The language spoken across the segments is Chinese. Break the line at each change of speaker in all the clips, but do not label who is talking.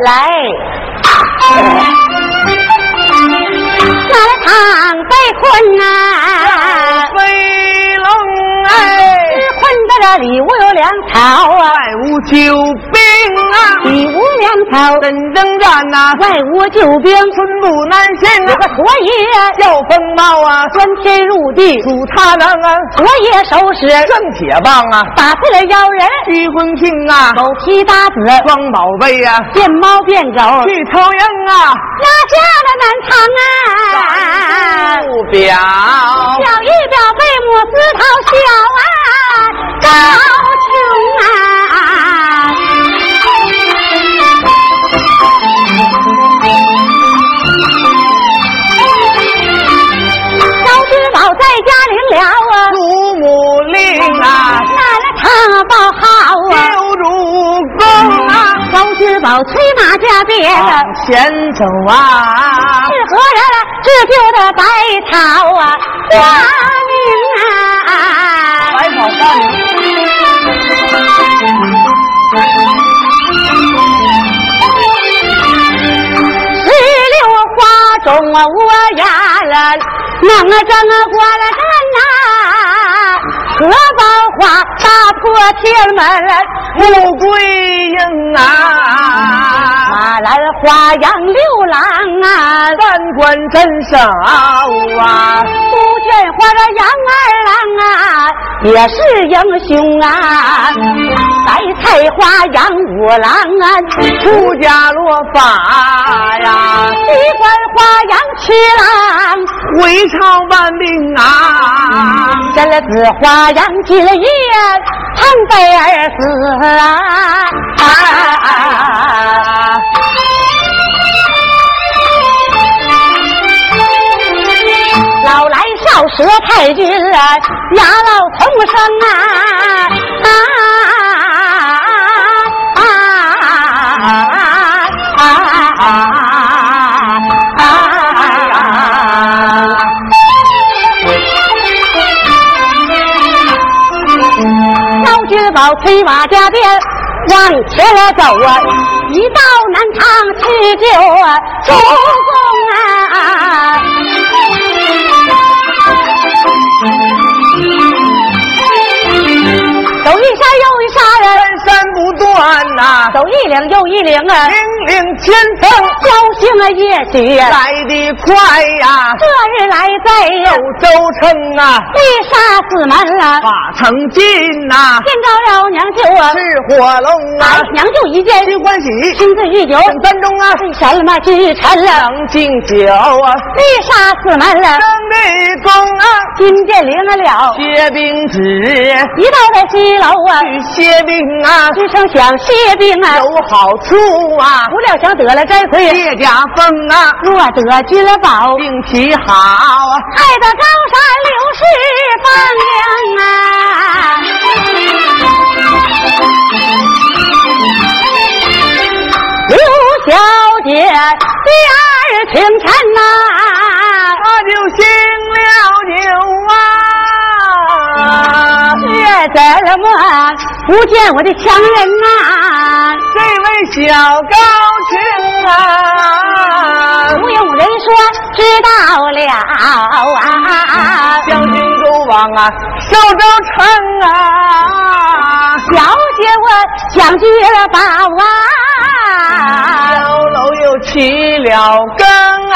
来，
那唐被困呐，
啊飞龙哎，
困在这里无有粮草啊，
外无救兵啊，
里无粮草，
怎征战啊呐？
外无救兵，
寸步难行
这个
啊，
佛爷
要风貌啊，
钻天入地，
数他能啊，
佛爷手使
正铁棒啊，
打碎了妖人，
虚魂庆啊，
狗皮搭子，
装宝贝啊，
变猫变狗，拿
去头鹰啊，
下了南唐啊。
不表。
小一表被母子讨小啊，高穷啊！高君宝在家领了啊，
祖母令啊，
那了他报好啊，
救主公啊，
高君宝催马加鞭啊。
往前走啊，
是何人啊？自救的百草啊，花名啊！
白跑哎大名，
石榴花中啊，我呀了，弄啊正啊过了山呐，荷包花打破天门了，
富贵英啊，
马兰花杨六郎啊，
三官真少啊，
杜鹃花的杨二郎啊，也是英雄啊，白菜花杨五郎啊，出
出家落法呀，
西关花杨七郎，
回朝万病啊，
这了紫花杨金叶，潘贝尔死啊！啊
哎
老来少蛇太君啊，牙老童生啊！啊啊啊啊啊啊！高君宝催马加鞭往前来走啊，一到南昌去救啊主公啊！走一下又一下呀，
三山不断呐、
走一领又一领啊，
引领前
高
锋
兴啊夜曲啊，
来得快呀、
这日来在呀，
有周称啊，
地杀四门了，
法成进呐、
见着老娘舅啊，
是火龙啊
来，娘舅一见
心欢喜，
亲自御酒，
等三中啊，
为什么之臣了？
能敬酒啊，
地杀四门了，
登地宫啊，
金殿领了了，
歇兵止，
一到了西楼啊，
去歇兵啊，
一声响谢兵啊，
嗯 有好处啊，
不料想得了灾魁，
谢家风啊，
若得金了宝，
病体好啊，
害得高山流失放粮啊！刘小姐第二庭前呐、
他就兴了酒啊，
这怎么不见我的强人啊呐、
这位小高群啊。
吴用人说知道了啊，
将军周王啊，少州城啊，
小姐我想去了宝啊，
高楼又起了更啊，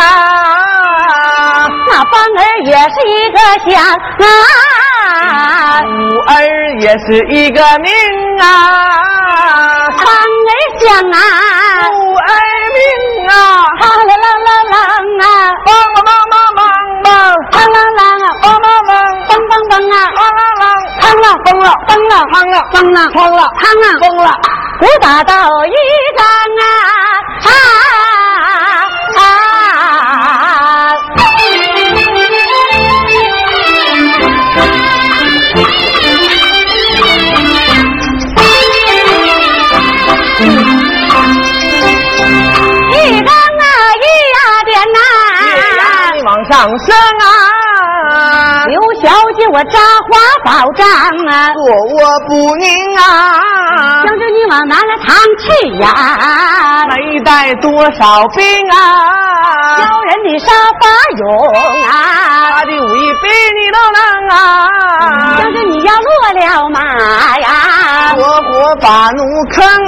那方儿也是一个响啊，
五儿也是一个命啊，
方儿响啊，
五儿命啊，
啷啷啷啷啷啊，
梆梆梆梆梆
啷啷啷啊，
梆梆梆梆
梆梆梆啊，
梆
嘡了
梆梆了
梆了
梆了
梆了
梆了
梆了
梆了，
鼓打到一张啊啊啊！一张啊一啊点呐、
你往上升啊，
刘小姐我扎花宝杖啊，
坐卧不宁啊。哎
将军你往南来藏去呀，
没带多少兵啊，
教人的杀法勇啊
他。的武艺比你都能啊。
将军你要落了马呀，
我国把奴坑啊，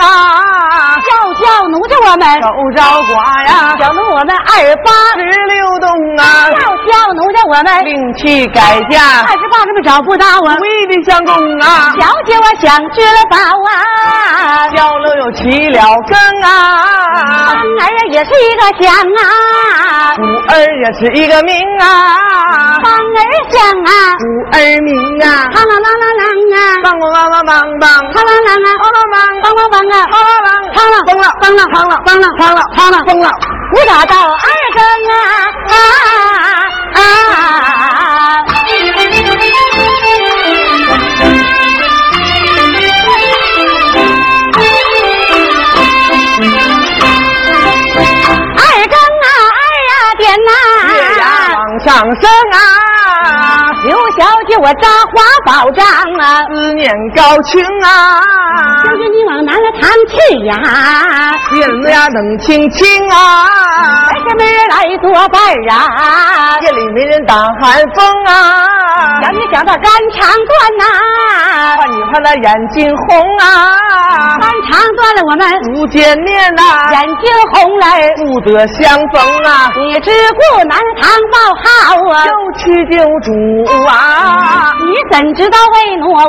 要叫奴家我们，
手招寡呀，
叫奴我们二八，
十六洞啊，
要叫奴哎家我们
令旗改嫁
二，十八，怎么找不到啊？
威的相公啊，
小姐我想知了宝啊，
交了又起了根啊
三，儿啊也是一个响啊，
五儿也是一个名啊，
三儿响啊，
五儿名啊，
啷啷啷啷啷啊，
棒棒棒棒棒棒，
啷啷啷啊，
梆梆梆
梆梆梆啊，
梆梆梆，
梆啷
崩了
梆啷梆啷梆啷梆啷梆啷梆啷，你咋到二更啊啊啊！二更啊，二啊点
月牙往
呐、
上升啊，
刘小姐，我扎花宝帐啊，
思念高群啊，
将军你往南来藏去呀，
见了呀冷清清啊
白。天没人来作伴儿啊，
夜里没人挡寒风啊，
小女想到肝肠断呐、
看你看那眼睛红啊
肝，肠断了我们
不见面呐、
眼睛红了，
不得相逢啊，
你只顾南唐报号啊，
又去救主啊，
你怎知道为挪我？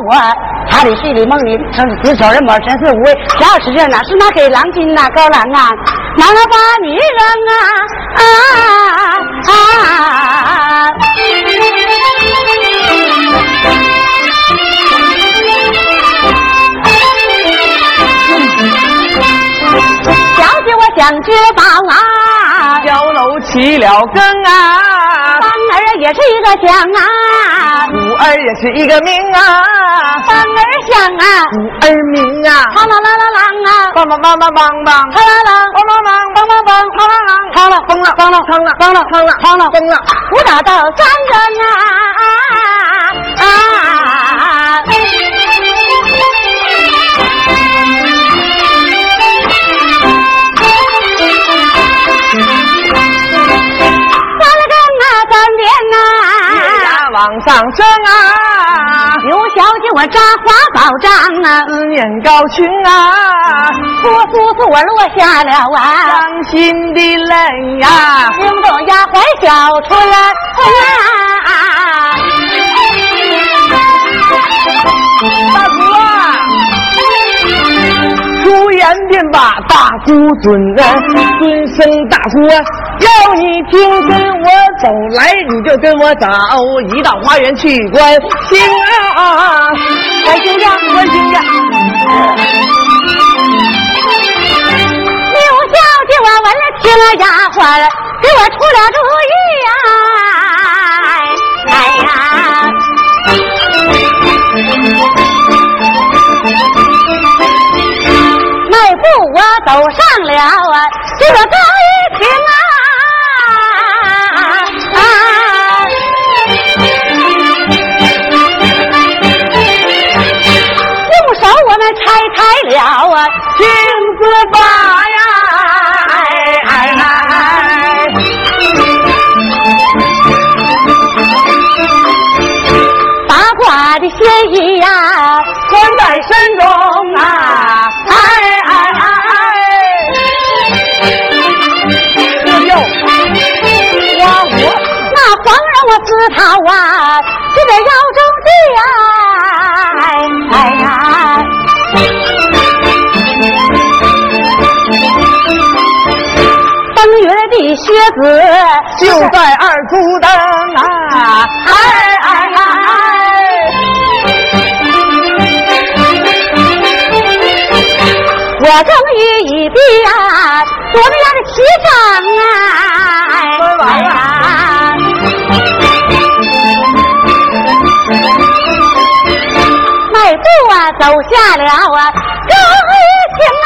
茶里戏里梦里，手里紫手人抹神似无畏，只要是这哪是那给郎君呐高郎啊，拿了把你扔啊啊！啊小姐，我想知道啊，
高楼起了根啊
三，儿也是一个响啊，
五儿也是一个名啊，
三儿响啊，
五儿名啊，
啷啷啷啷啷啊，
棒棒棒棒棒棒
啷。啷啷，
梆梆梆梆梆梆梆梆，夯了崩了崩了崩了崩了崩了崩了崩了，
我打到三更啊啊啊！三更啊，三点
月
呐、
牙往上升啊，
刘小姐，我扎花宝帐啊，
思念高群啊，
簌簌簌，我落下了啊，
伤心的泪呀、
惊动丫鬟小春啊。
大姑啊，出言便把大姑准啊，尊声大呼啊，要你听跟我走来，你就跟我走，一到花园去观星啊，观星呀，观星呀，
六小姐，我闻了听了丫鬟，给我出了主意呀、哎呀，迈步我走上了啊，这个高一亭啊。啊用手我们拆开了啊，
金丝发呀，哎哎哎，
八卦的仙衣呀，
穿在身中啊，哎哎哎，这又花我。
哎那黄让我自讨啊，这个腰中地呀、哎哎呀，登云的靴子
就在二姑灯啊，
哎哎哎，我正欲已毕呀，我们家的旗长啊，
说完了
呀。迈步啊，走下了啊，高亭啊。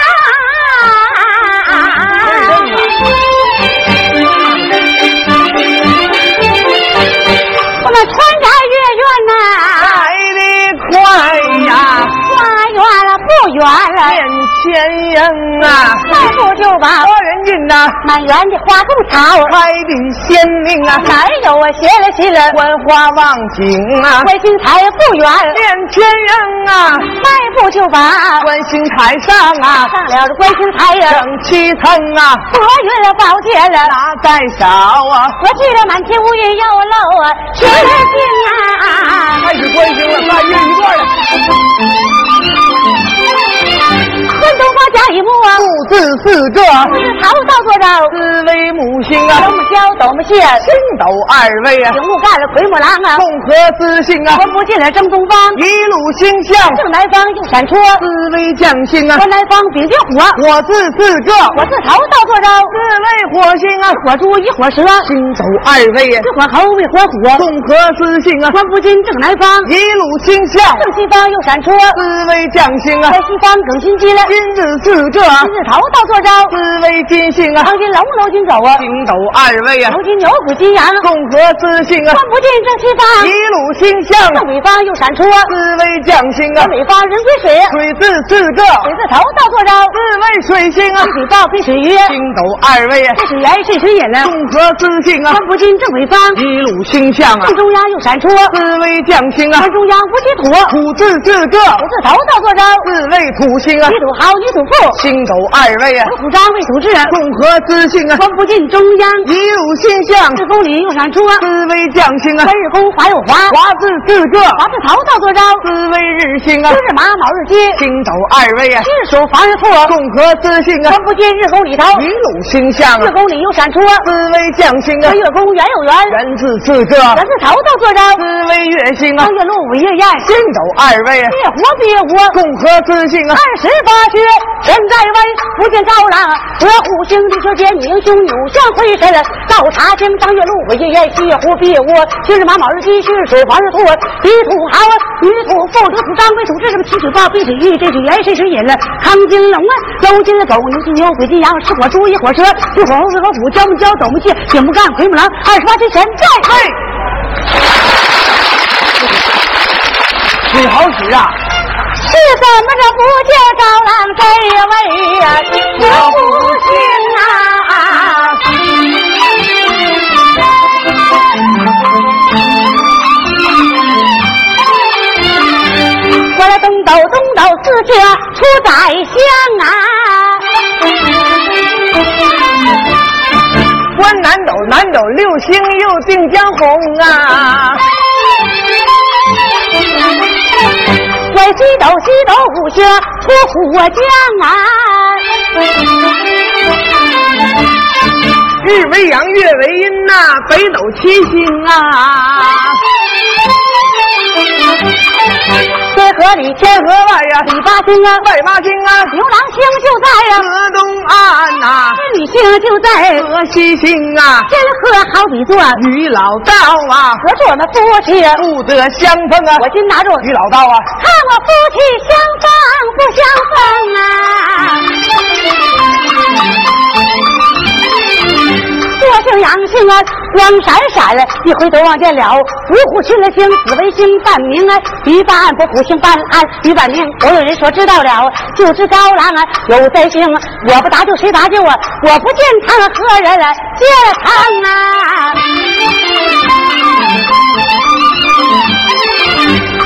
我们穿宅月院呐、
哎来的快呀，
啊
哎
花园了不远了，
面郡呐、
满园的花更草，
开的鲜明啊，
哪儿有啊闲来闲来，
观花望景啊，
观星台不远，
见天人啊，
迈步就把
观星台上啊，
上了这观星台呀，
整齐藤啊，
拨云了宝剑了，
拿在手啊，
我去了满天乌云又漏啊，学了劲啊。
开始观星了，半月一段了，
春东花甲乙木啊，
数字四个，
不是桃到做到，
思维母星啊，
斗木萧，斗木蟹，
星斗二位啊
顶，木干了奎木狼啊，
共和之星啊，
文不进了正东方，
一路星象，
正南方又闪出，
思维将星啊，
东南方丙丁火，
火字四个，
火字头到做到，
四位火星啊，
火猪一火蛇，
星斗二位啊，
一火猴一火虎，
共和之星啊。
文不进正南方，
一路星象，
正西方又闪出，
思维将星啊
在，西方耿心鸡了，
金子四个，
金字头到做招，
思维金星啊，
长金龙楼金走啊，嗯
星斗二位啊，
龙金牛虎金羊，文
共和之星啊，
不进正西方
一，路星象，
正北方又闪出啊，
思维将星啊
东，北方人归水，
水字四个，
嗯水字头到做招。
四位水星啊
黑，水豹，黑水鱼，黑
星斗二位啊，
水盐，黑水引呢。嗯
共和之星啊，
关不进正北方，
一路星象啊
正，中央又闪出。
思维将星啊
关，中央无其土，土
土字四个，
字嗯头倒做招。
四位土星啊
女，土豪，女土富，
星斗二位啊，
文土张，魏土志。
共和之星啊，
关不进中央，
一路星象，
四公里又闪出。
思维将星啊
关。日公，华又华，
华字四个，
华字头倒做招。
思维日星啊
今，日麻，卯日鸡，
星
今
斗二位啊，
日属房日富。
共和之星啊
关，不进日拱里头，
云鲁星象
日
啊，
拱里又闪出。哎
思维将星啊
关，月宫，圆有圆，
元字四个，
圆字头倒做招。
思维月星啊
当，月路，五月宴，
星斗
哎
二位啊，
灭活灭活。
共和之星啊，
二十八缺，人在外，不见高郎。得虎星，地球间，明兄扭向灰尘。倒茶经，张月路，我夜宴，西湖碧窝。今日马卯日鸡，旭日水，黄日兔，比土豪，啊女土富，得土张，归土这什么七水豹，碧水玉，这水盐，这水引了。康金龙啊，周金狗，牛金牛，鬼金羊，是火猪，一火车，一火猴，一火虎，焦木焦，走木蟹，铁木干，奎木狼。二十八之前在位。哎
水好使啊，
是怎么着不叫高郎这位呀、这不行啊！我来东斗东斗四家出宰相啊，
观南斗南斗六星又定江红啊，
我西斗西斗五星出虎将啊。
日为阳月为阴呐，北斗七星啊，
天河里天
天河外呀，
里八星啊，
外八星啊，
牛郎星就在呀、
河东岸呐、
织女星就在，天
河西星啊，
河好比座，合
于老道啊，
作我们夫妻，啊
不得相碰啊！
我今拿住，
于老道啊，
看我夫妻相逢不相逢啊！左星阳星啊，光闪闪了，一回头望见了五虎星了星，紫微星半明啊，于半暗不虎星半暗，于半明。我有人说知道了，啊就知高郎啊，有灾星，我不搭救谁搭救啊？我不见他何人啊来见他啊？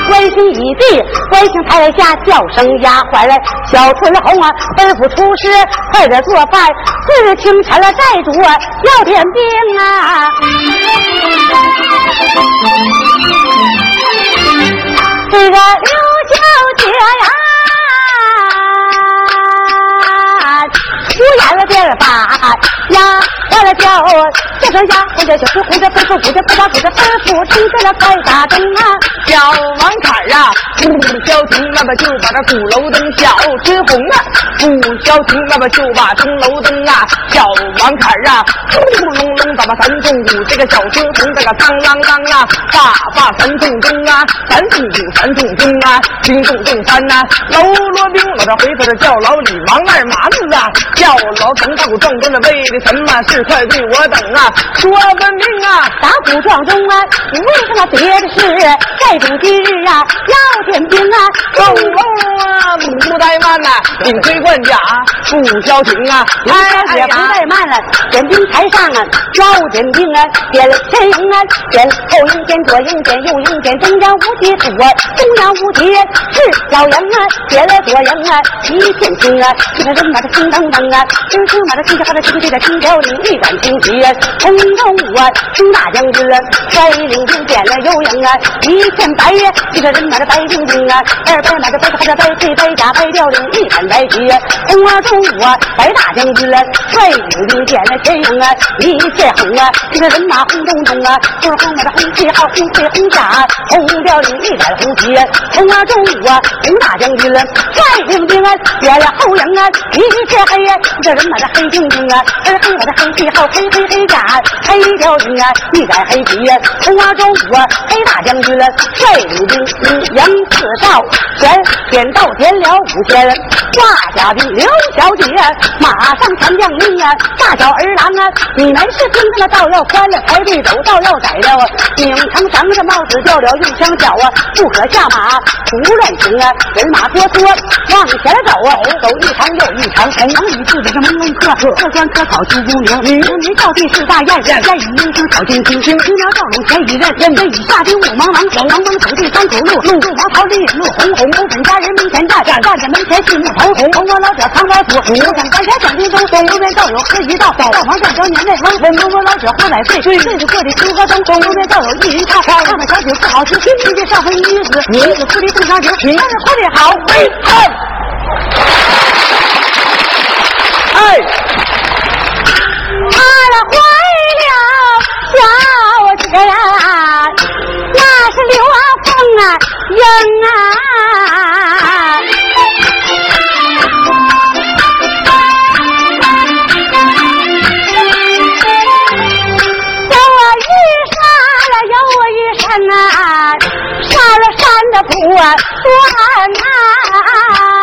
关心已毕，关心台下叫声丫鬟来。小春红啊，奔赴厨师，快点做饭。次日清晨了，债主啊要点兵啊。这个刘小姐呀、出演了电把呀，换了叫叫声呀，呼着小呼呼着飞呼呼着飞呀呼着飞呼，听着那快打灯啊。
小王坎儿啊，不消停，那么就把这鼓楼灯小吃红啊，不消停，那么就把钟楼灯啊，小王坎儿啊，轰隆隆把把咱中鼓，这个小孙红，这个当啷啷啊，爸爸咱中中啊，咱中鼓，咱中中啊，听中中山呐、喽啰兵，我这回头的叫老李王二麻子啊，叫老冯大鼓撞钟的为的什么是快对我等啊，说文明啊，
打鼓撞钟啊，不为什么别的事，在主今日啊要点兵啊，
喽喽啊，不怠慢呐、顶盔贯甲不消停啊，
哎也不怠慢了，点兵台上啊，要点兵啊，点前营啊，点后营，点左营，点右营，点中央无敌土啊，中央无敌是小营啊，点了左营啊，一片青啊，一个人把这青当当啊，真青把这青把这青对着青条里一杆青旗啊，红中午啊，中大将军啊，率领兵点了右营啊，一片白呀，一个人把这白冰冰啊，二白马这白白这白配白甲白调领一杆白旗啊，红啊中午啊，白大将军啊，率领兵点了前营啊，一片红啊，一个人马红中中啊，就是红马的红旗号，红盔红甲啊，红调领一杆红旗啊，红啊中午啊，红大将军啊，率领兵啊，点了后营啊，一片黑呀、一个人马这黑冰冰啊，二黑马这黑旗号，黑黑黑甲啊，黑条领啊，一改黑旗呀，红啊中午啊，黑大将军了，率领兵一杨四少，前点到点了五千，挂甲兵刘小姐，马上传将令啊，大小儿郎啊，你们是听着了道要宽了，排队走道要窄了啊，拧成绳子帽子掉了，用枪脚啊，不可下马，胡乱行啊，人马哆嗦，往前走啊，走一长又一长，红龙一柱子是蒙龙客，客官科考猪公牛，牛牛到地是大雁，雁以鹰声草金听，青苗到龙前一任，任这以下兵五芒王，老王翁走进三口路，路王桃李引路，红红欧本家人门前站，站站着门前是木头，红红我老表唐白虎，我想白家掌兵中，东路边道友喝一道，道王战交年内翁，文公我老者喝百岁，岁岁是过的清河东，东路边道友一人唱，唱唱的小酒不好吃，天天见上坟一子，女子哭的正伤情，但是哭的好悲恨。
哎，
他了坏了小姐啊，那是刘阿凤啊，英啊。叫我一杀了又一山呐、杀了山的不啊断呐、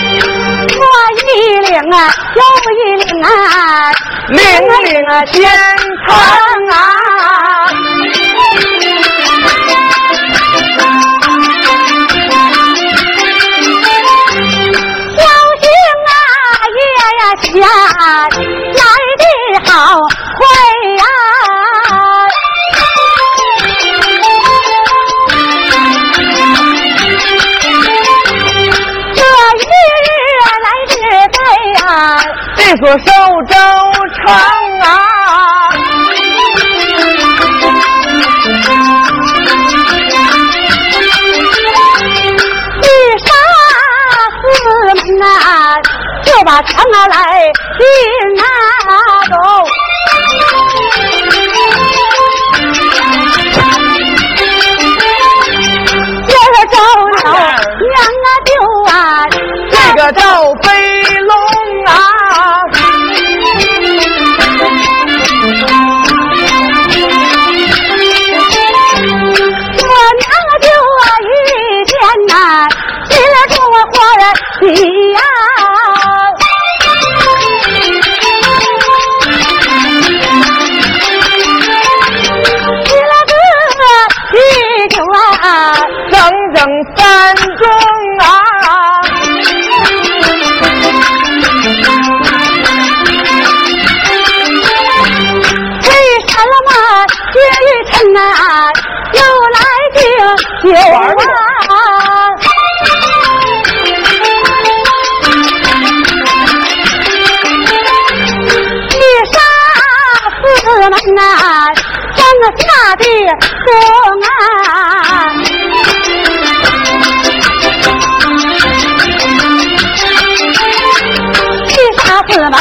我一领啊又一领啊，
领领啊，肩
疼
扛。
啊！小星啊，夜呀下来的好快呀、这一日来之day 呀、
这所寿州城啊，
一杀四门呐、就把城啊来进呐走。接着周老娘啊舅啊，
这个赵飞龙啊，
我娘啊舅啊遇见呐、进了中我花喜呀、进了这喜酒啊，
整整三更啊，
为什么这一晨呐、又来敬酒啊？一杀四门呐、三个下的风啊。一杀四门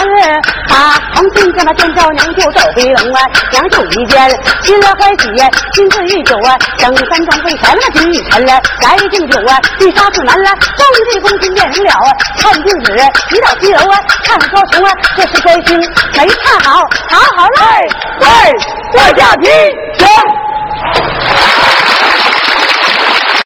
把红进这么天朝娘舅走回龙啊，娘舅一见心乐欢喜呀，金樽御酒啊，整三盅为全了金玉臣了，来一敬酒啊，一杀自难了，东帝公孙见成了啊，看定子一到西楼啊，看高俅啊，这是高兴没看好，好好嘞，
对，过下题，行。